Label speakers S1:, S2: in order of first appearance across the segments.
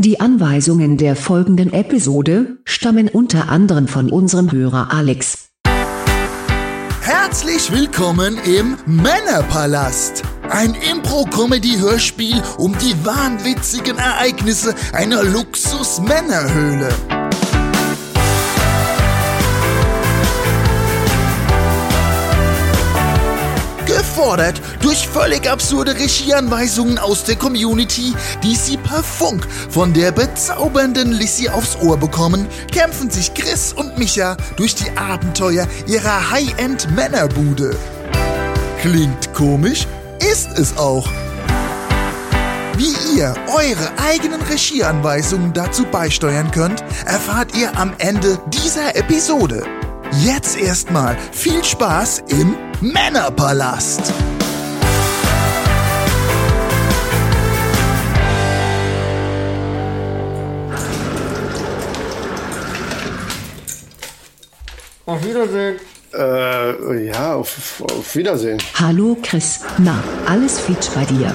S1: Die Anweisungen der folgenden Episode stammen unter anderem von unserem Hörer Alex.
S2: Herzlich willkommen im Männerpalast. Ein Impro-Comedy-Hörspiel um die wahnwitzigen Ereignisse einer Luxus-Männerhöhle. Gefordert durch völlig absurde Regieanweisungen aus der Community, die sie per Funk von der bezaubernden Lissy aufs Ohr bekommen, kämpfen sich Chris und Micha durch die Abenteuer ihrer High-End-Männerbude. Klingt komisch, ist es auch. Wie ihr eure eigenen Regieanweisungen dazu beisteuern könnt, erfahrt ihr am Ende dieser Episode. Jetzt erstmal viel Spaß im Männerpalast.
S3: Auf Wiedersehen.
S4: Äh, ja, auf, auf Wiedersehen.
S1: Hallo Chris, na, alles fit bei dir?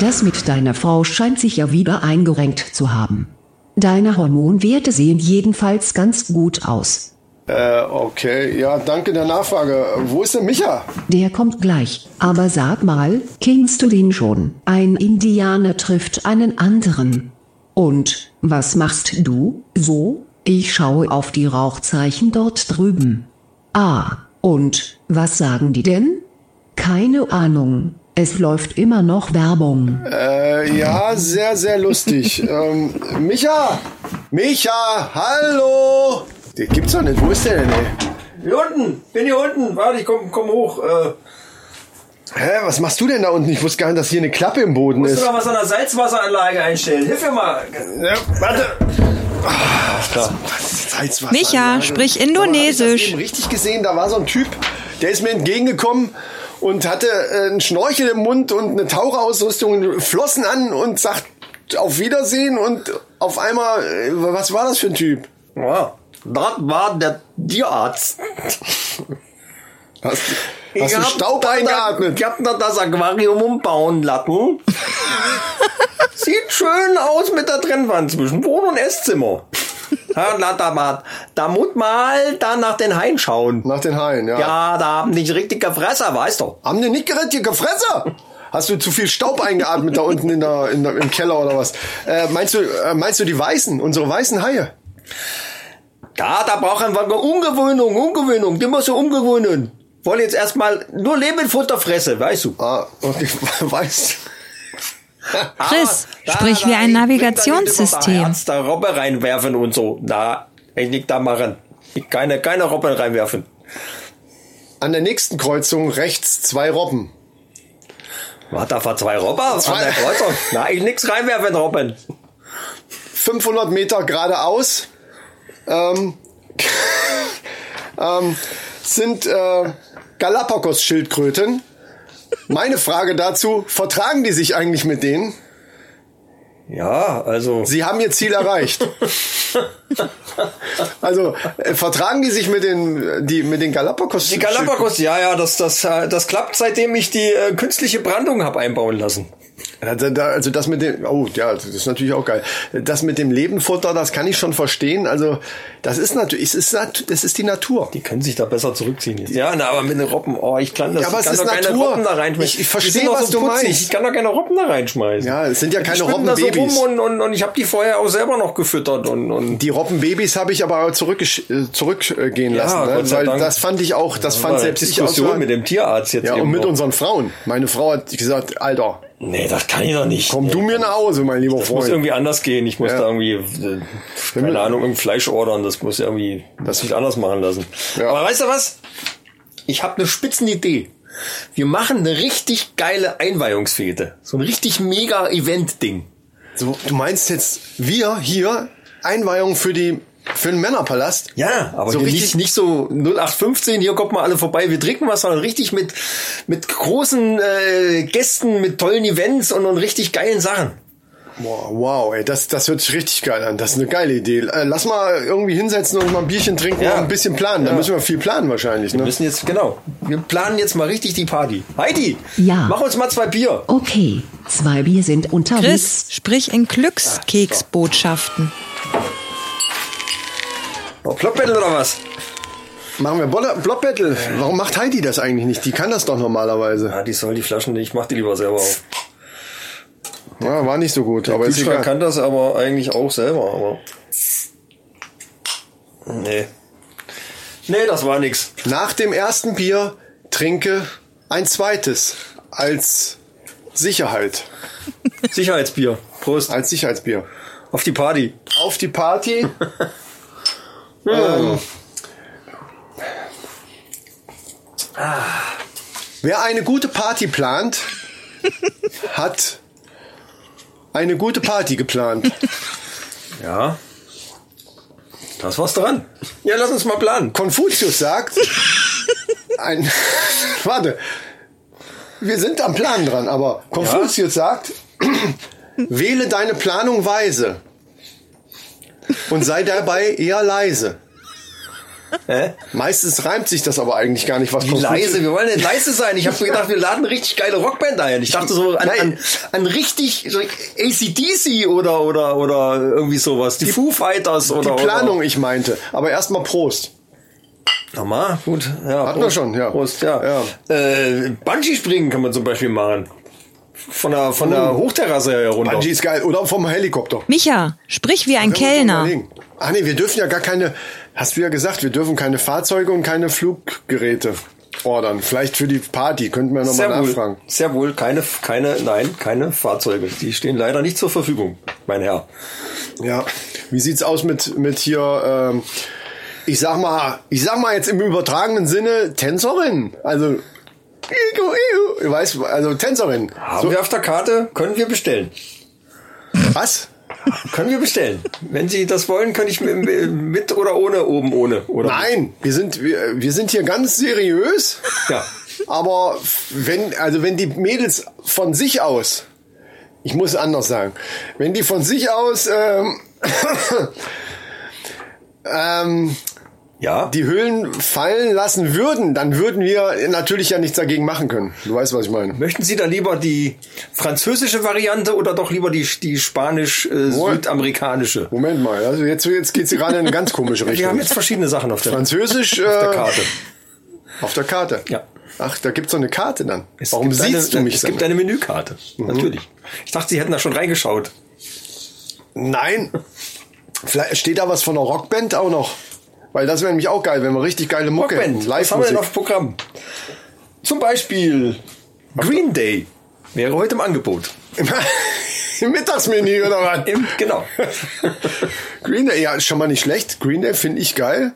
S1: Das mit deiner Frau scheint sich ja wieder eingerenkt zu haben. Deine Hormonwerte sehen jedenfalls ganz gut aus.
S4: Äh, okay, ja, danke der Nachfrage. Wo ist denn Micha?
S1: Der kommt gleich, aber sag mal, kennst du den schon? Ein Indianer trifft einen anderen. Und, was machst du, so? Ich schaue auf die Rauchzeichen dort drüben. Ah, und, was sagen die denn? Keine Ahnung, es läuft immer noch Werbung.
S4: Äh, ja, sehr, sehr lustig. ähm, Micha! Micha, hallo! Den gibt's doch nicht. Wo ist der denn, ey?
S3: Hier unten, bin hier unten. Warte, ich komm, komm hoch. Äh,
S4: Hä, was machst du denn da unten? Ich wusste gar nicht, dass hier eine Klappe im Boden
S3: musst du
S4: ist.
S3: noch was an der Salzwasseranlage einstellen? Hilf mir mal.
S4: Ja, warte. Ach, da. Salzwasser-
S5: Micha,
S4: Anlage.
S5: sprich
S4: Sag mal, hab ich das
S5: Indonesisch.
S4: eben richtig gesehen, da war so ein Typ, der ist mir entgegengekommen und hatte äh, einen Schnorchel im Mund und eine Taucherausrüstung, Flossen an und sagt auf Wiedersehen und auf einmal, äh, was war das für ein Typ?
S3: Ja.
S4: Das war der Tierarzt. Hast, hast du Staub eingeatmet?
S3: Ich hab da das Aquarium umbauen lassen. Sieht schön aus mit der Trennwand zwischen Wohn- und Esszimmer. Ja, na, da, mal- da muss mal da nach den Haien schauen.
S4: Nach den Haien, ja.
S3: Ja, da haben die richtig gefressen, weißt du.
S4: Haben die nicht gerettet, ihr Gefresser? Hast du zu viel Staub eingeatmet da unten in der, in der, im Keller oder was? Äh, meinst, du, äh, meinst du die Weißen, unsere weißen Haie?
S3: Da, da braucht einfach eine Umgewöhnung, Umgewöhnung, die musst du umgewöhnen. Wollen jetzt erstmal nur Lebendfutter fressen, weißt du.
S4: Ah, okay, weiß.
S5: Chris,
S3: Ah, Da,
S5: sprich
S3: da,
S5: wie ein
S3: ich will da nicht immer Da,
S5: Navigationssystem.
S3: Herz der Robbe reinwerfen und so. Na, ich nicht da machen. Ich keine, keine Robben reinwerfen.
S4: An der nächsten Kreuzung rechts zwei Robben.
S3: Was, da war zwei Robber
S4: Zwei.
S3: an der Kreuzung? Na, ich nix reinwerfen, Robben.
S4: 500 Meter geradeaus ähm, ähm, sind äh, Galapagos-Schildkröten. Meine Frage dazu, vertragen die sich eigentlich mit denen?
S3: Ja, also.
S4: Sie haben ihr Ziel erreicht. also äh, vertragen die sich mit den, die, mit den Galapagos?
S3: Die Galapagos, ja, ja, das, das, äh, das klappt, seitdem ich die äh, künstliche Brandung hab einbauen lassen.
S4: Ja, da- da- Also das mit dem, oh ja, das ist natürlich auch geil. Das mit dem Lebenfutter, das kann ich schon verstehen. Also das ist natürlich, es ist, nat- das ist die Natur.
S3: Die können sich da besser zurückziehen. Jetzt. Ja, na, aber mit den Robben, oh, ich kann das
S4: Ja, aber
S3: ich
S4: es
S3: kann
S4: ist
S3: doch keine
S4: Natur.
S3: Robben da reinschmeißen.
S4: Ich- ich
S3: Die
S4: verstehe,
S3: sind doch
S4: was du
S3: putzig.
S4: meinst.
S3: Ich kann doch keine Robben da reinschmeißen.
S4: Ja, es sind ja keine
S3: Die schwimmen da so
S4: Robbenbabys.
S3: rum und, und, und ich habe die vorher auch selber noch gefüttert und, und
S4: Die Robbenbabys habe ich aber zurückgehen zurück äh, gehen
S3: Ja,
S4: lassen,
S3: Gott
S4: ne?
S3: sei
S4: weil
S3: Dank.
S4: das fand ich auch, das
S3: Ja,
S4: fand selbst ich auch.
S3: Diskussion mit dem Tierarzt jetzt
S4: ja,
S3: eben
S4: und mit
S3: noch.
S4: unseren Frauen. Meine Frau hat gesagt, Alter,
S3: Nee, das kann ich doch nicht.
S4: komm
S3: nee.
S4: du mir nach Hause, mein lieber
S3: muss
S4: Freund.
S3: irgendwie anders gehen. Ich muss
S4: Ja.
S3: da irgendwie, äh, keine Ahnung, irgendein Fleisch ordern. Das muss irgendwie das nicht anders machen lassen.
S4: Ja.
S3: Aber weißt du was? Ich habe eine Spitzenidee. Wir machen eine richtig geile Einweihungsfete. So ein richtig mega Event-Ding.
S4: So, du meinst jetzt, wir hier, Einweihung für die für den Männerpalast?
S3: Ja, aber
S4: so
S3: hier
S4: richtig
S3: nicht, nicht so 0815, hier kommt mal alle vorbei, wir trinken was, sondern richtig mit, mit großen äh, Gästen, mit tollen Events und, und richtig geilen Sachen.
S4: Boah, wow, ey, das, das hört sich richtig geil an. Das ist eine geile Idee. Äh, Lass mal irgendwie hinsetzen und mal ein Bierchen trinken
S3: Ja.
S4: und ein bisschen planen. Da
S3: Ja.
S4: müssen wir viel planen wahrscheinlich.
S3: Wir
S4: Ne?
S3: müssen jetzt, genau, wir planen jetzt mal richtig die Party. Heidi,
S1: Ja.
S3: mach uns mal zwei Bier.
S1: Okay, zwei Bier sind unterwegs.
S5: Chris, sprich in Glückskeksbotschaften.
S3: Oh, Plopbattle oder was?
S4: Machen wir Bolle- Blob Battle. Warum macht Heidi das eigentlich nicht? Die kann das doch normalerweise.
S3: Ja, die soll die Flaschen, ich mach die lieber selber auf.
S4: Ja, war nicht so gut, aber ist
S3: Kühlschrank
S4: egal.
S3: kann das aber eigentlich auch selber, aber. Nee. Nee, das war nix.
S4: Nach dem ersten Bier trinke ein zweites als Sicherheit,
S3: Sicherheitsbier. Prost.
S4: als Sicherheitsbier.
S3: Auf die Party.
S4: Auf die Party. ähm, Ah. wer eine gute Party plant, hat eine gute Party geplant.
S3: Ja. Das war's dran. Ja, lass uns mal planen.
S4: Konfuzius sagt, ein, warte, wir sind am Plan dran, aber Konfuzius sagt, wähle deine Planung weise und sei dabei eher leise.
S3: Hä?
S4: Meistens reimt sich das aber eigentlich gar nicht, was
S3: Wie leise, wir wollen nicht leise sein. Ich habe gedacht, wir laden richtig geile Rockband ein. Ich dachte so an, an,
S4: Nein.
S3: an richtig so ACDC oder, oder, oder irgendwie sowas. Die, Foo Fighters
S4: Die
S3: oder.
S4: Planung, ich meinte. Aber erstmal Prost.
S3: Oder. Nochmal? Gut. Ja,
S4: Hatten wir
S3: Prost.
S4: schon, ja.
S3: Prost, ja.
S4: Ja.
S3: Äh, Bungee-Springen kann man zum Beispiel machen. Von der, von
S4: Uh.
S3: der Hochterrasse herunter.
S4: Bungee ist geil. Oder vom Helikopter.
S5: Micha, sprich wie
S4: Können
S5: ein
S4: wir uns
S5: Kellner.
S4: überlegen. Ach nee, wir dürfen ja gar keine, hast du ja gesagt, wir dürfen keine Fahrzeuge und keine Fluggeräte ordern. Vielleicht für die Party, könnten wir nochmal
S3: Sehr
S4: nachfragen.
S3: wohl, sehr wohl, keine, keine, nein, keine Fahrzeuge. Die stehen leider nicht zur Verfügung, mein Herr.
S4: Ja. Wie sieht's aus mit, mit hier, ähm, ich sag mal, ich sag mal jetzt im übertragenen Sinne Tänzerin. Also, ich weiß, also Tänzerin.
S3: Haben wir auf der Karte, können wir bestellen.
S4: Was?
S3: Können wir bestellen. Wenn Sie das wollen, kann ich mit, mit oder ohne, oben ohne. Oder
S4: Nein, wir sind, wir, wir sind hier ganz seriös.
S3: Ja.
S4: Aber wenn, also wenn die Mädels von sich aus, ich muss anders sagen, wenn die von sich aus ähm, ähm,
S3: Ja.
S4: die Höhlen fallen lassen würden, dann würden wir natürlich ja nichts dagegen machen können. Du weißt, was ich meine.
S3: Möchten Sie dann lieber die französische Variante oder doch lieber die, die äh,
S4: Wohl.
S3: spanisch-südamerikanische?
S4: Moment mal, also jetzt, jetzt geht's gerade in eine ganz komische
S3: wir haben
S4: Richtung.
S3: jetzt verschiedene Sachen auf der, auf
S4: Französisch äh,
S3: der Karte.
S4: Auf der Karte.
S3: Ja.
S4: Ach, da gibt's so eine Karte dann.
S3: Es
S4: Warum
S3: gibt eine,
S4: siehst du mich
S3: Es
S4: dann?
S3: gibt eine Menükarte. Natürlich. Mhm. Ich dachte, Sie hätten da schon reingeschaut.
S4: Nein. Vielleicht steht da was von einer Rockband auch noch. Weil das wäre nämlich auch geil, wenn wir richtig geile Mucke
S3: Rockband.
S4: hätten.
S3: Was haben wir denn
S4: Live-Musik.
S3: auf Programm? Zum Beispiel Green Day wäre heute im Angebot.
S4: Im Mittagsmenü oder was?
S3: Im, genau.
S4: Green Day, ja, ist schon mal nicht schlecht. Green Day finde ich geil.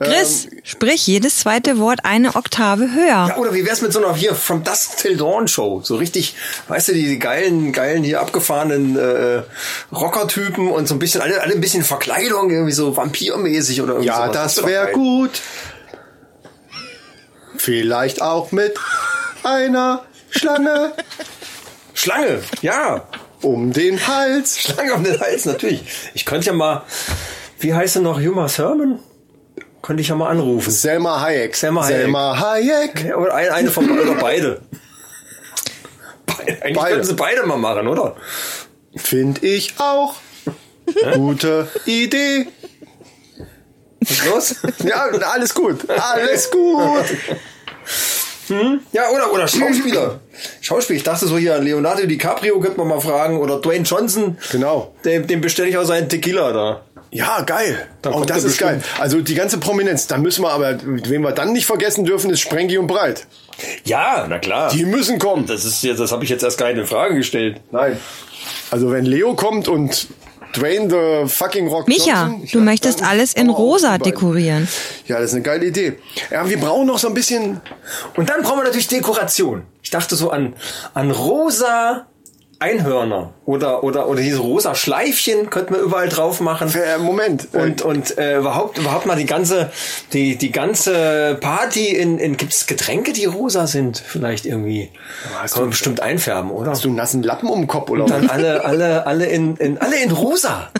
S5: Chris,
S4: Ähm,
S5: sprich jedes zweite Wort eine Oktave höher.
S3: Ja, oder wie wär's mit so einer hier From Dusk Till Dawn Show? So richtig, weißt du, die geilen, geilen hier abgefahrenen äh, Rockertypen und so ein bisschen, alle, alle ein bisschen Verkleidung, irgendwie so vampirmäßig oder irgendwie
S4: Ja,
S3: sowas.
S4: das
S3: wär doch
S4: wäre
S3: geil.
S4: gut. Vielleicht auch mit einer Schlange
S3: Schlange, ja.
S4: um den Hals.
S3: Schlange um den Hals, natürlich. Ich könnte ja mal, wie heißt denn noch Juma Thurman? Könnte ich ja mal anrufen.
S4: Selma Hayek.
S3: Selma Hayek.
S4: Selma Hayek.
S3: Ja, Oder eine, eine von oder beide. Beide. Eigentlich
S4: Beide.
S3: können sie beide mal machen, oder?
S4: Finde ich auch. Gute Idee.
S3: Was ist los?
S4: Ja, alles gut. Alles gut.
S3: Ja, oder, oder Schauspieler. Schauspiel, ich dachte so hier an Leonardo DiCaprio, könnte man mal fragen, oder Dwayne Johnson.
S4: Genau.
S3: Dem, dem bestelle ich auch seinen Tequila da.
S4: Ja, geil.
S3: Dann
S4: oh,
S3: kommt
S4: das
S3: er
S4: ist geil.
S3: bestimmt.
S4: Also die ganze Prominenz, da müssen wir aber, wen wir dann nicht vergessen dürfen, ist Sprengi und Breit.
S3: Ja, na klar.
S4: Die müssen kommen.
S3: das ist jetzt, das habe ich jetzt erst gar nicht in Frage gestellt.
S4: Nein. Also wenn Leo kommt und Dwayne the fucking Rock
S5: Micha,
S4: Johnson,
S5: du
S4: ja,
S5: möchtest
S4: dann
S5: alles in
S4: brauchen wir auch
S5: rosa
S4: die beiden.
S5: dekorieren.
S4: Ja, das ist eine geile Idee. Ja, wir brauchen noch so ein bisschen
S3: Und dann brauchen wir natürlich Dekoration. Ich dachte so an, an rosa Einhörner oder, oder, oder diese rosa Schleifchen könnten wir überall drauf machen.
S4: Äh, Moment.
S3: Und, und äh, überhaupt, überhaupt mal die ganze, die, die ganze Party in, in gibt es Getränke, die rosa sind? Vielleicht irgendwie.
S4: hast
S3: Kann
S4: du-
S3: man bestimmt einfärben, oder?
S4: Hast du einen nassen Lappen um den Kopf oder
S3: Dann
S4: was?
S3: alle, alle, alle in, in, alle in rosa.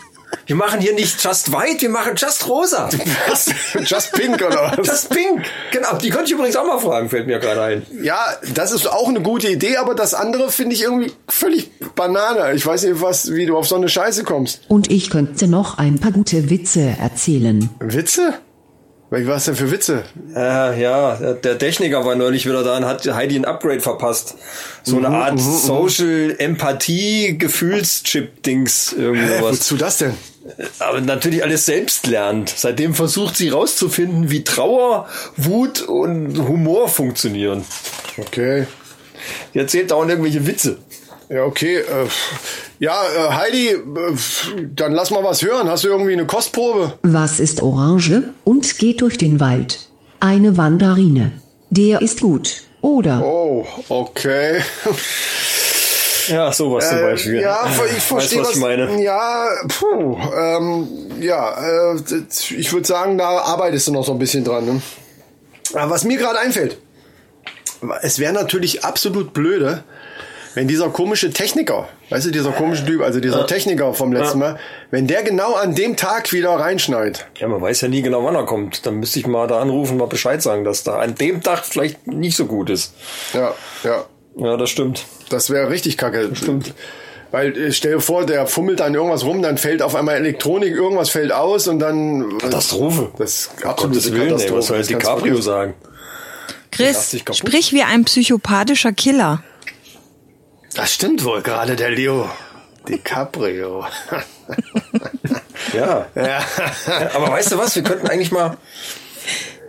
S3: Wir machen hier nicht just white, wir machen just rosa.
S4: Was? Just Pink oder was?
S3: Just pink. Genau, die könnte ich übrigens auch mal fragen, fällt mir gerade ein.
S4: Ja, das ist auch eine gute Idee, aber das andere finde ich irgendwie völlig Banane. Ich weiß nicht, was, wie du auf so eine Scheiße kommst.
S1: Und ich könnte noch ein paar gute Witze erzählen.
S4: Witze? Was denn für Witze?
S3: Äh, ja, der- der Techniker war neulich wieder da und hat Heidi ein Upgrade verpasst. So
S4: Mhm,
S3: eine Art Social Empathie Gefühlschip Dings irgendwie sowas.
S4: Äh, Wozu das denn?
S3: Aber natürlich alles selbst lernt. Seitdem versucht sie rauszufinden, wie Trauer, Wut und Humor funktionieren.
S4: Okay.
S3: Die erzählt dauernd irgendwelche Witze.
S4: Ja, okay. Äh, ja, äh, Heidi, äh, dann lass mal was hören. Hast du irgendwie eine Kostprobe?
S1: Was ist orange und geht durch den Wald? Eine Wanderine. Der ist gut, oder?
S4: Oh, okay.
S3: Ja, sowas zum Beispiel.
S4: Ähm, Ja, ich verstehe
S3: weißt, was ich meine.
S4: Ja, puh, ähm, ja, äh, das- ich würde sagen, da arbeitest du noch so ein bisschen dran. Ne? Aber was mir gerade einfällt, es wäre natürlich absolut blöde, wenn dieser komische Techniker, weißt du, dieser komische Typ, also dieser Techniker vom letzten Mal, wenn der genau an dem Tag wieder reinschneit.
S3: Ja, man weiß ja nie genau, wann er kommt. Dann müsste ich mal da anrufen, mal Bescheid sagen, dass da an dem Tag vielleicht nicht so gut ist.
S4: Ja, ja,
S3: Ja, das stimmt.
S4: das wäre richtig kacke. Stimmt. Weil äh, stell dir vor, der fummelt an irgendwas rum, dann fällt auf einmal Elektronik, irgendwas fällt aus und dann äh,
S3: Katastrophe.
S4: Das ist
S3: Absolut
S4: absolute
S3: Willen, ey,
S4: Katastrophe.
S3: was soll jetzt
S4: Das kannst
S3: DiCaprio
S4: du-
S3: sagen?
S5: Chris,
S3: dich kaputt.
S5: sprich wie ein psychopathischer Killer.
S4: Das stimmt wohl gerade, der Leo. DiCaprio.
S3: Ja.
S4: ja.
S3: Aber weißt du was, wir könnten eigentlich mal,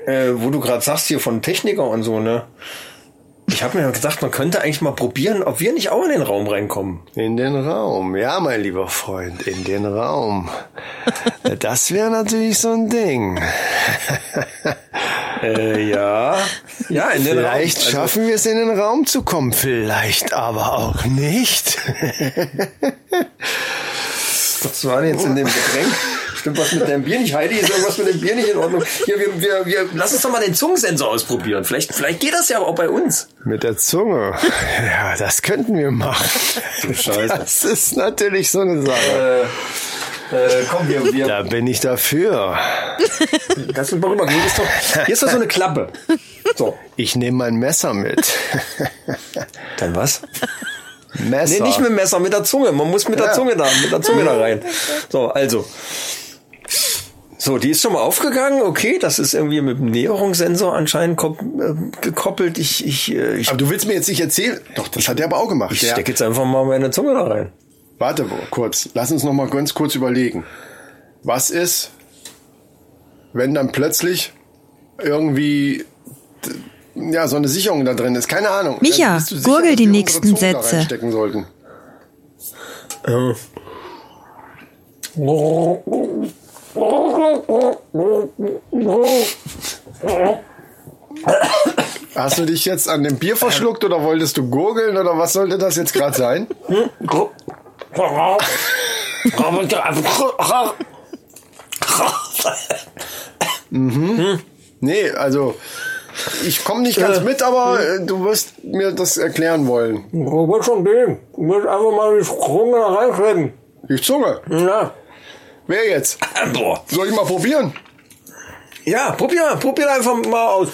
S3: äh, wo du gerade sagst hier von Techniker und so, ne? Ich habe mir gedacht, man könnte eigentlich mal probieren, ob wir nicht auch in den Raum reinkommen.
S4: In den Raum. Ja, mein lieber Freund, in den Raum. Das wäre natürlich so ein Ding.
S3: Äh, ja. Ja, in den
S4: Vielleicht
S3: Raum. Also,
S4: schaffen wir es, in den Raum zu kommen. Vielleicht aber auch nicht.
S3: was war denn jetzt in dem Getränk? Stimmt was mit deinem Bier nicht, Heidi? Ist irgendwas mit dem Bier nicht in Ordnung? Hier, wir, wir, wir, lass uns doch mal den Zungensensor ausprobieren. Vielleicht, vielleicht geht das ja auch bei uns.
S4: Mit der Zunge. Ja, das könnten wir machen.
S3: Du Scheiße.
S4: Das ist natürlich so eine Sache.
S3: Äh, äh, komm, wir, wir,
S4: Da bin ich dafür.
S3: Kannst du mal rübergehen? Hier ist doch, hier ist doch so eine Klappe. So.
S4: Ich nehme mein Messer mit.
S3: Dann was?
S4: Messer.
S3: Nee, nicht mit dem Messer, mit der Zunge. Man muss mit der
S4: Ja.
S3: Zunge da, mit der Zunge da rein. So, also. So, die ist schon mal aufgegangen. Okay, das ist irgendwie mit dem Näherungssensor anscheinend kop- äh, gekoppelt. Ich, ich, äh, ich,
S4: Aber du willst mir jetzt nicht erzählen. Doch, das hat er aber auch gemacht.
S3: ich
S4: Der-
S3: stecke jetzt einfach mal meine Zunge da rein.
S4: Warte kurz. Lass uns noch mal ganz kurz überlegen. Was ist, wenn dann plötzlich irgendwie d- ja so eine Sicherung da drin ist? Keine Ahnung.
S5: Micha,
S4: Dann bist du sicher,
S5: gurgel
S4: dass
S5: die
S4: wir
S5: nächsten
S4: unsere Zungen da
S5: Sätze.
S4: reinstecken sollten. Hast du dich jetzt an dem Bier verschluckt oder wolltest du gurgeln oder was sollte das jetzt gerade sein? Nee, also ich komme nicht ganz mit, aber äh, du wirst mir das erklären wollen.
S3: Wo wird schon gehen? Du musst einfach mal die Zunge da reinstecken.
S4: Die Zunge.
S3: Ja.
S4: Wer jetzt?
S3: Boah.
S4: Soll ich mal probieren?
S3: Ja, probier, probier einfach mal aus.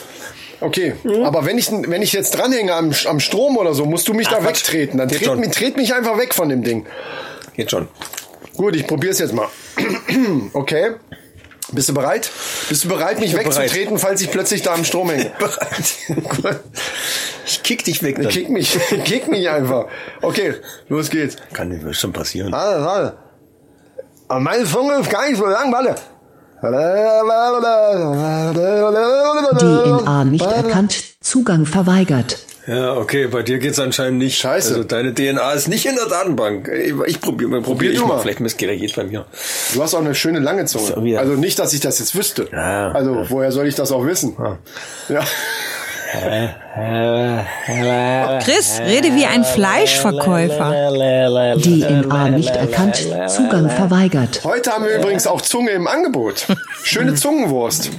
S4: Okay,
S3: Hm?
S4: aber wenn ich, wenn ich jetzt dranhänge am, am Strom oder so, musst du mich da wegtreten. Dann
S3: Geht
S4: tret,
S3: schon.
S4: mi- tret mich einfach weg von dem Ding.
S3: Geht schon.
S4: Gut, ich probier's jetzt mal. Okay. Bist du bereit? Bist du bereit, mich
S3: bin
S4: wegzutreten, falls ich plötzlich da am Strom hänge?
S3: Bereit.
S4: Gut.
S3: Ich kick dich weg. Dann.
S4: Kick mich, kick mich einfach. Okay, los geht's.
S3: Kann mir schon passieren.
S4: Warte, warte. Aber meine Zunge ist gar nicht so lang, warte.
S1: DNA nicht erkannt, Zugang verweigert.
S3: Ja, okay, bei dir geht's anscheinend nicht.
S4: Scheiße.
S3: Also deine DNA ist nicht in der Datenbank. Ich, ich probiere mal, probier
S4: du
S3: ich mal.
S4: mal.
S3: Vielleicht missgeht er jetzt bei mir.
S4: Du hast auch eine schöne lange Zunge.
S3: So, ja.
S4: Also nicht, dass ich das jetzt wüsste.
S3: Ja.
S4: also woher soll ich das auch wissen? Ja.
S5: Chris, rede wie ein Fleischverkäufer.
S1: Die in A nicht erkannt, Zugang verweigert.
S4: Heute haben wir übrigens auch Zunge im Angebot. Schöne Zungenwurst.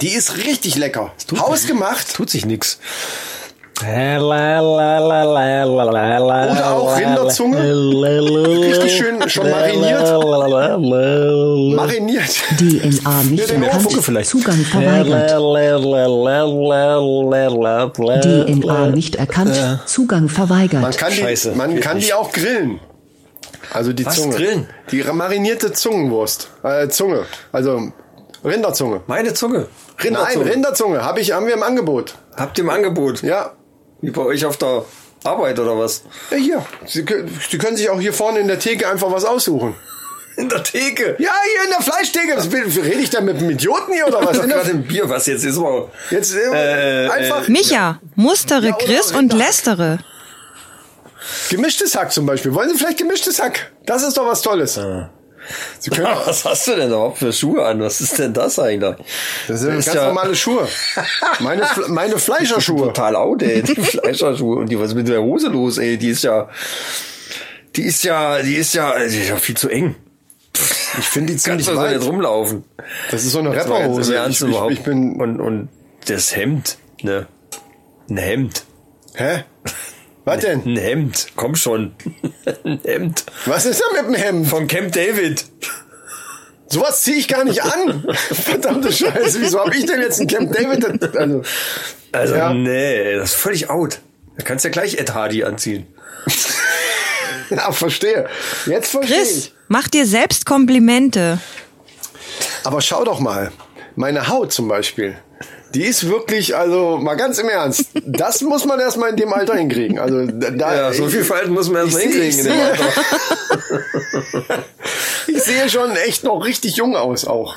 S4: Die ist richtig lecker. Hausgemacht.
S6: Tut sich nix.
S4: Oder
S6: Oder
S4: auch Rinderzunge. Richtig schön schon
S6: mariniert.
S4: Mariniert.
S1: Die in A nicht
S4: den Fuchs
S1: erkannt,
S6: vielleicht.
S1: Zugang verweigert. Die in A nicht erkannt, Zugang
S4: Man
S1: verweigert.
S4: kann
S6: Scheiße,
S4: die, man
S6: geht
S4: kann die
S6: nicht.
S4: auch grillen. Also die
S3: Was
S4: Zunge.
S3: grillen?
S4: Die marinierte Zungenwurst. Äh, Zunge. Also Rinderzunge.
S3: Meine Zunge.
S4: Rinderzunge. Nein, Rinderzunge. Hab ich, haben wir im Angebot.
S3: Habt ihr im Angebot?
S4: Ja.
S3: Wie bei euch auf der Arbeit oder was?
S4: Ja, hier. Sie, kö- Sie können sich auch hier vorne in der Theke einfach was aussuchen.
S3: In der Theke.
S4: Ja, hier in der Fleischtheke. Was, will- rede ich da mit einem Idioten hier oder was?
S3: Ich hab
S4: In
S3: gerade
S4: der,
S3: ein Bier, was jetzt ist. Wow.
S4: jetzt äh, einfach
S5: Micha, mustere Chris und lästere.
S4: gemischtes Hack zum Beispiel. Wollen Sie vielleicht gemischtes Hack? Das ist doch was Tolles. Sie können,
S3: Was hast du denn überhaupt für Schuhe an? Was ist denn das eigentlich?
S4: das sind ganz normale Schuhe. Meine, Fle- meine Fleischerschuhe.
S3: total out, ey. Die Fleischerschuhe. Und die, was ist mit der Hose los, ey? Die ist ja, die ist ja, die ist ja, die ist ja viel zu eng.
S4: Ich finde die
S3: Kannst du so nicht rumlaufen.
S4: Das ist so eine
S3: Das war ganz im
S4: Rapperhose.
S3: Ernst
S4: Ich, ich,
S3: überhaupt.
S4: ich bin.
S3: und, und das Hemd, ne? Ein Hemd.
S4: Hä? Was denn?
S3: Ein Hemd. Komm schon. Ein Hemd.
S4: Was ist denn mit dem Hemd?
S3: Von Camp David.
S4: Sowas ziehe ich gar nicht an. Verdammte Scheiße, wieso habe ich denn jetzt ein Camp David? Also,
S3: Also,
S4: Ja.
S3: nee, das ist völlig out. Da kannst du ja gleich Ed Hardy anziehen.
S4: ja, verstehe. Jetzt verstehe
S5: Chris,
S4: ich.
S5: mach dir selbst Komplimente.
S4: Aber schau doch mal. Meine Haut zum Beispiel. Die ist wirklich, also mal ganz im Ernst. Das muss man erstmal in dem Alter hinkriegen. Also da- da,
S3: Ja, so viel Falten muss man
S4: ich
S3: erst mal
S4: sehe-
S3: hinkriegen.
S4: ich
S3: in dem
S4: sehe-
S3: Alter.
S4: Ich sehe schon echt noch richtig jung aus auch.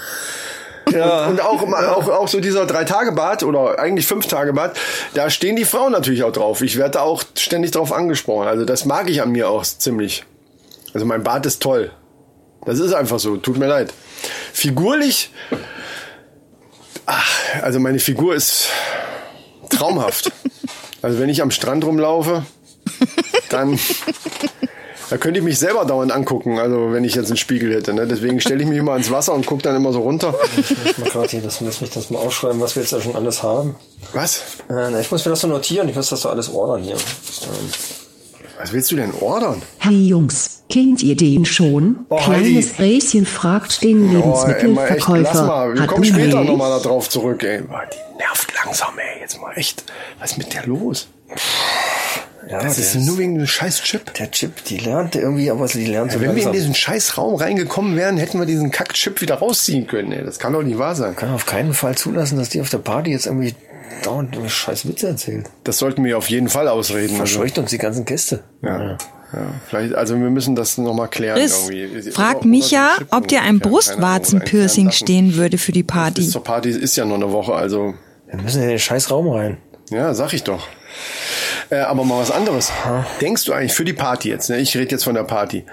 S4: Ja. Und, und auch, immer- auch, auch so dieser Drei-Tage-Bad oder eigentlich Fünf-Tage-Bad, da stehen die Frauen natürlich auch drauf. Ich werde da auch ständig drauf angesprochen. Also das mag ich an mir auch ziemlich. Also mein Bart ist toll. Das ist einfach so. Tut mir leid. Figurlich, ach, also meine Figur ist traumhaft. Also wenn ich am Strand rumlaufe, dann da könnte ich mich selber dauernd angucken, also wenn ich jetzt einen Spiegel hätte. Ne? Deswegen stelle ich mich immer ins Wasser und gucke dann immer so runter.
S3: Ich muss mal gerade hier, das muss mich das mal aufschreiben, was wir jetzt da schon alles haben.
S4: Was?
S3: Äh, na, ich muss mir das so notieren, ich muss das so alles ordern hier. Ähm,
S4: Was willst du denn ordern?
S1: Hey Jungs, kennt ihr den schon?
S4: Oh,
S1: Kleines Räschen fragt den
S4: ey, lass mal.
S1: Lebensmittelverkäufer.
S4: Wir
S1: Hat
S4: kommen später
S1: Milch?
S4: nochmal da drauf zurück, ey. Boah, Die nervt langsam, ey. Jetzt mal echt. Was ist mit der los?
S3: Ja,
S4: Das ist
S3: der-
S4: nur wegen dem scheiß Chip. Also,
S3: Der Chip, die lernt irgendwie, aber sie lernt so
S4: Wenn wir in
S3: langsam.
S4: diesen scheiß Raum reingekommen wären, hätten wir diesen Kack-Chip wieder rausziehen können, ey. Das kann doch nicht wahr sein.
S3: kann auf keinen Fall zulassen, dass die auf der Party jetzt irgendwie dauernd irgendwie scheiß Witze erzählt.
S4: Das sollten wir auf jeden Fall ausreden. Also,
S3: Verscheucht uns die ganzen Gäste.
S4: ja. Ja, vielleicht, also wir müssen das nochmal klären.
S5: Chris,
S4: irgendwie.
S5: frag
S4: Oder- oder
S5: Micha,
S4: den Chip entfernen, keine
S5: ob dir ein
S4: Ahnung, oder entfernen
S5: Brustwarzenpiercing
S4: lassen.
S5: stehen würde für die
S4: Bis
S5: Party.
S4: zur Party ist ja nur eine Woche, also
S3: Wir müssen in den scheiß Raum rein.
S4: ja, sag ich doch. Äh, aber mal was anderes. Denkst du eigentlich für die Party jetzt? Ne? Ich rede jetzt von der Party.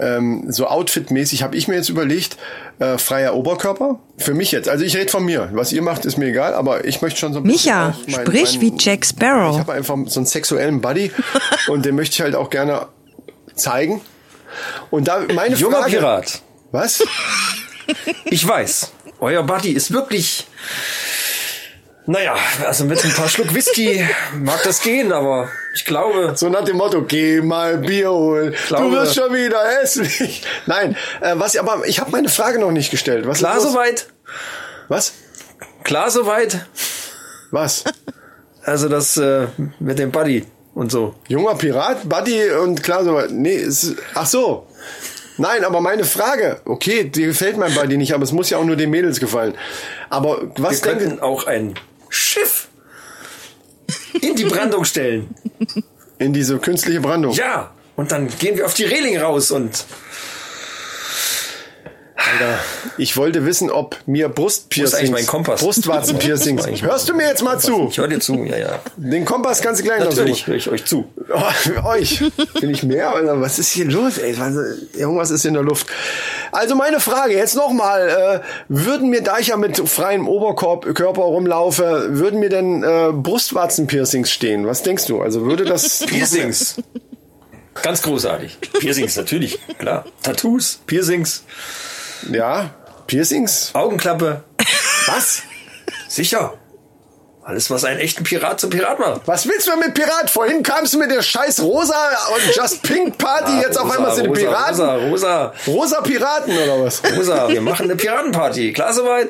S4: Ähm, so outfitmäßig habe ich mir jetzt überlegt, äh, freier Oberkörper für mich jetzt. Also ich rede von mir. Was ihr macht, ist mir egal, aber ich möchte schon so ein
S5: Micha,
S4: bisschen auch mein-
S5: sprich
S4: mein-
S5: wie Jack
S4: Ich
S5: Sparrow.
S4: habe einfach so einen sexuellen Buddy und den möchte ich halt auch gerne zeigen. Und da meine
S3: Junger
S4: Frage,
S3: Pirat,
S4: Was?
S3: ich weiß, euer Buddy ist wirklich. Naja, also mit ein paar Schluck Whisky mag das gehen, aber ich glaube,
S4: So nach dem Motto, geh mal Bier holen.
S3: glaube-
S4: du wirst schon wieder hässlich. Nein, äh, was, aber ich habe meine Frage noch nicht gestellt. Was?
S3: klar
S4: ist los?
S3: soweit,
S4: Was?
S3: klar soweit.
S4: Was?
S3: Also das äh, mit dem Buddy und so.
S4: Junger Pirat, Buddy und klar soweit. Nee, es, ach so. Nein, aber meine Frage, okay, dir gefällt mein Buddy nicht, aber es muss ja auch nur den Mädels gefallen. Aber was
S3: Wir
S4: denken,
S3: könnten auch ein Schiff in die Brandung stellen.
S4: in diese künstliche Brandung?
S3: Ja, und dann gehen wir auf die Reling raus und
S4: Alter, ich wollte wissen, ob mir
S7: Wo ist eigentlich
S4: Brustpiercings,
S7: mein Kompass?
S4: Brustwarzenpiercings.
S7: Wo ist mein
S4: Hörst du mir jetzt mal zu?
S7: Ich höre dir zu, ja, ja.
S4: Den Kompass kannst du klein lassen.
S7: Natürlich höre ich euch zu.
S4: Oh, euch. Bin ich mehr? Oder was ist hier los? Ey, was, irgendwas ist in der Luft. Also meine Frage jetzt nochmal. Äh, würden mir, da ich ja mit freiem Oberkörper Körper rumlaufe, würden mir denn äh, Brustwarzenpiercings stehen? Was denkst du? Also würde das...
S7: Piercings. Ganz großartig. Piercings, natürlich, klar. Tattoos, Piercings,
S4: Ja, Piercings?
S7: Augenklappe,
S4: Was?
S7: sicher. Alles, was einen echten Pirat zum Pirat macht.
S4: Was willst du mit Pirat? Vorhin kamst du mit der scheiß rosa und Just Pink Party,
S7: Ah,
S4: jetzt auf
S7: rosa,
S4: einmal sind
S7: rosa,
S4: Piraten. Rosa.
S7: Rosa, rosa,
S4: Piraten oder was?
S7: rosa, wir machen eine Piratenparty. Klar soweit?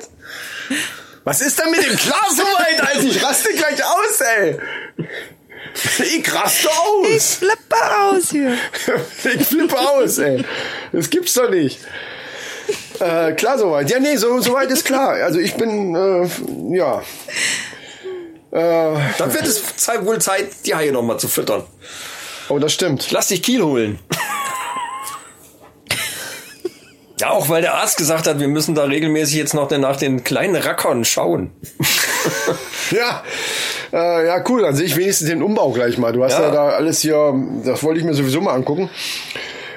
S4: Was ist denn mit dem Klar soweit, Alter? Ich raste gleich aus, ey. Ich raste
S5: Ich
S4: aus.
S5: flippe aus hier.
S4: Ich flippe aus, ey. Das gibt's doch nicht. Äh, klar soweit. Ja, nee, so, soweit ist klar. Also ich bin, äh, ja. Äh,
S7: Dann wird es Zeit- wohl Zeit, die Haie nochmal zu füttern.
S4: oh, das stimmt.
S7: Lass dich Kiel holen. Ja, auch weil der Arzt gesagt hat, wir müssen da regelmäßig jetzt noch nach den kleinen Rackern schauen.
S4: Ja, äh, ja, cool. Dann sehe ich wenigstens den Umbau gleich mal. Du hast ja,
S7: Ja.
S4: da alles hier, das wollte ich mir sowieso mal angucken.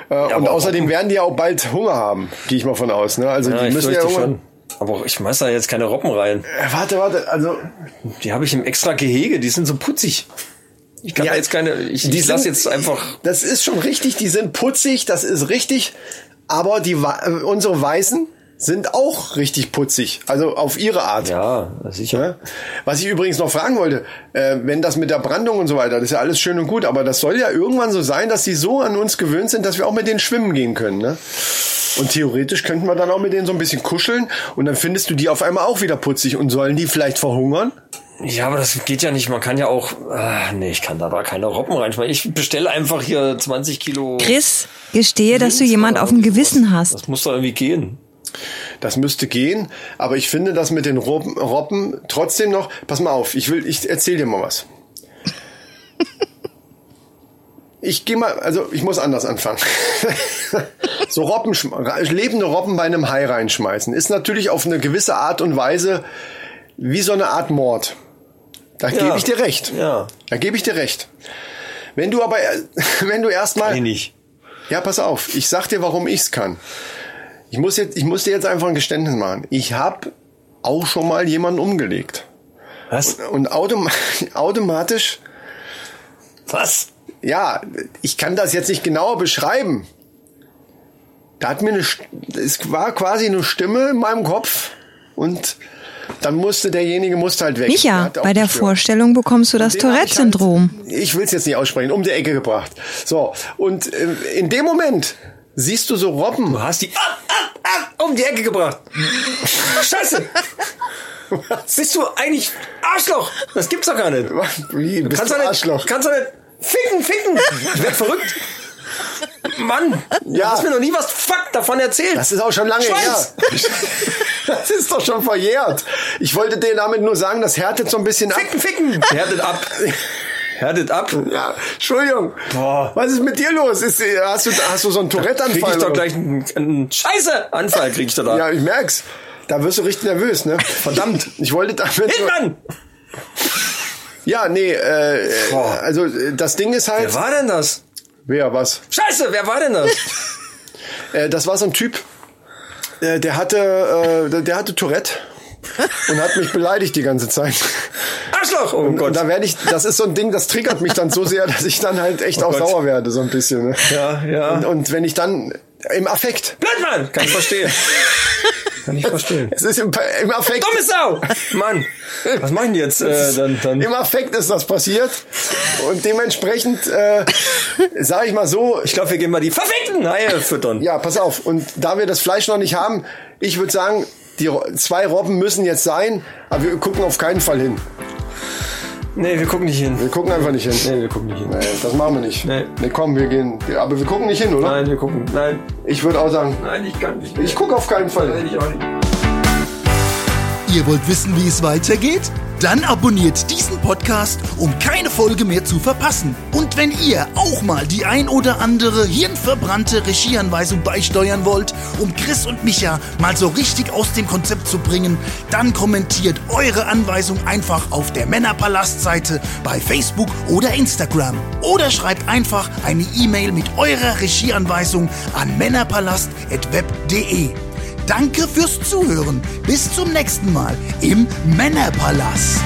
S4: Äh, und
S7: aber-
S4: außerdem werden die ja auch bald Hunger haben, gehe ich mal von aus. Ne? Also die
S7: ich
S4: müssen ja
S7: fürchte
S4: irgendwann-
S7: Aber ich messe da jetzt keine Robben rein.
S4: Äh, Warte, warte, also
S7: Die habe ich im extra Gehege, die sind so putzig. Ich kann
S4: Ja,
S7: da jetzt keine. Ich, ich
S4: sind-
S7: lasse jetzt einfach.
S4: Das ist schon richtig, die sind putzig, das ist richtig. Aber die Wa- äh, unsere Weißen sind auch richtig putzig. Also auf ihre Art.
S7: Ja, sicher.
S4: Ne? Was ich übrigens noch fragen wollte, äh, wenn das mit der Brandung und so weiter, das ist ja alles schön und gut, aber das soll ja irgendwann so sein, dass sie so an uns gewöhnt sind, dass wir auch mit denen schwimmen gehen können. Ne? Und theoretisch könnten wir dann auch mit denen so ein bisschen kuscheln und dann findest du die auf einmal auch wieder putzig und sollen die vielleicht verhungern?
S7: Ja, aber das geht ja nicht. Man kann ja auch. Ah, nee, ich kann da aber keine Robben reinschmeißen. Ich bestelle einfach hier 20 Kilo.
S5: Chris, gestehe, dass du
S7: Links
S5: jemand
S7: oder
S5: auf dem
S7: irgendwie
S5: Gewissen
S7: was.
S5: hast.
S7: Das muss doch irgendwie gehen.
S4: Das müsste gehen, aber ich finde das mit den Robben, Robben trotzdem noch. Pass mal auf, ich will, ich erzähl dir mal was. Ich gehe mal, also ich muss anders anfangen. so Robben, schm- ra- lebende Robben bei einem Hai reinschmeißen, ist natürlich auf eine gewisse Art und Weise wie so eine Art Mord. Da gebe ich dir recht.
S7: Ja.
S4: Da gebe ich dir recht. Wenn du aber, wenn du erstmal.
S7: Nee, nicht.
S4: Ja, pass auf. Ich sag dir, warum ich's kann. Ich muss, jetzt, ich muss dir jetzt einfach ein Geständnis machen. Ich hab auch schon mal jemanden umgelegt.
S7: Was?
S4: Und autom automatisch,
S7: Was?
S4: ja, ich kann das jetzt nicht genauer beschreiben. Da hat mir eine, St- es war quasi eine Stimme in meinem Kopf und dann musste derjenige musste halt weg. Der
S5: Micha,
S4: hat auch
S5: bei der
S4: gestört.
S5: Vorstellung bekommst du das
S4: Den hab ich
S5: Tourette-Syndrom.
S4: Halt, ich will es jetzt nicht aussprechen, um die Ecke gebracht. So, und äh, in dem Moment siehst du so Robben.
S7: Du hast die ah, ah, ah, um die Ecke gebracht. Scheiße. Bist du eigentlich Arschloch? Das gibt's doch gar nicht.
S4: Wie, bist
S7: kannst
S4: du
S7: du nicht,
S4: Arschloch?
S7: Kannst du nicht ficken, ficken. Ich werd verrückt. Mann,
S4: Ja.
S7: du hast mir noch nie was fuck davon erzählt.
S4: Das ist auch schon lange
S7: Schweiß.
S4: her. Das ist doch schon verjährt. Ich wollte dir damit nur sagen, das härtet so ein bisschen ab.
S7: Ficken, ficken. Härtet ab. Härtet ab.
S4: Ja, Entschuldigung.
S7: Boah.
S4: Was ist mit dir los? Ist, äh, hast, du, hast du so einen
S7: Krieg
S4: Tourette-Anfall?
S7: ich doch
S4: oder?
S7: gleich einen, einen Scheiße Anfall krieg ich da. da.
S4: Ja, ich merk's. Da wirst du richtig nervös, ne? Verdammt. Ich wollte damit...
S7: Hildmann!
S4: Ja, nee, äh, äh,
S7: Boah.
S4: also äh, das Ding ist halt...
S7: Wer war denn das?
S4: Wer, was?
S7: Scheiße, wer war denn das?
S4: Äh, das war so ein Typ, äh, der hatte, äh, der hatte Tourette und hat mich beleidigt die ganze Zeit.
S7: Arschloch! Oh
S4: Und
S7: Gott.
S4: da werde ich, das ist so ein Ding, das triggert mich dann so sehr, dass ich dann halt echt auch
S7: Oh Gott.
S4: sauer werde, so ein bisschen. Ne?
S7: Ja, ja.
S4: Und, und wenn ich dann im Affekt,
S7: Blödmann! Kann ich verstehen. Kann ich verstehen.
S4: es ist im, im Affekt,
S7: Dumme Sau! Mann, was machen die jetzt? Äh, dann, dann.
S4: im Affekt ist das passiert und dementsprechend, äh, sage ich mal so,
S7: Ich glaube, wir gehen mal die verfickten Haie füttern.
S4: ja, pass auf. Und da wir das Fleisch noch nicht haben, ich würde sagen, die Ro- zwei Robben müssen jetzt sein, aber wir gucken auf keinen Fall hin.
S7: Nee, wir gucken nicht hin.
S4: Wir gucken einfach nicht hin.
S7: Nee, wir gucken nicht hin.
S4: Nee, das machen wir nicht.
S7: Nee.
S4: Nee, komm, wir gehen. Aber wir gucken nicht hin, oder?
S7: Nein, wir gucken. Nein,
S4: Ich würde auch sagen,
S7: nein, ich kann nicht.
S4: ich gucke auf keinen Fall hin.
S7: ich auch nicht.
S2: Ihr wollt wissen, wie es weitergeht? Dann abonniert diesen Podcast, um keine Folge mehr zu verpassen. Und wenn ihr auch mal die ein oder andere hirnverbrannte Regieanweisung beisteuern wollt, um Chris und Micha mal so richtig aus dem Konzept zu bringen, dann kommentiert eure Anweisung einfach auf der Männerpalast-Seite bei Facebook oder Instagram. Oder schreibt einfach eine E-Mail mit eurer Regieanweisung an männerpalast.web.de. Danke fürs Zuhören. Bis zum nächsten Mal im Männerpalast.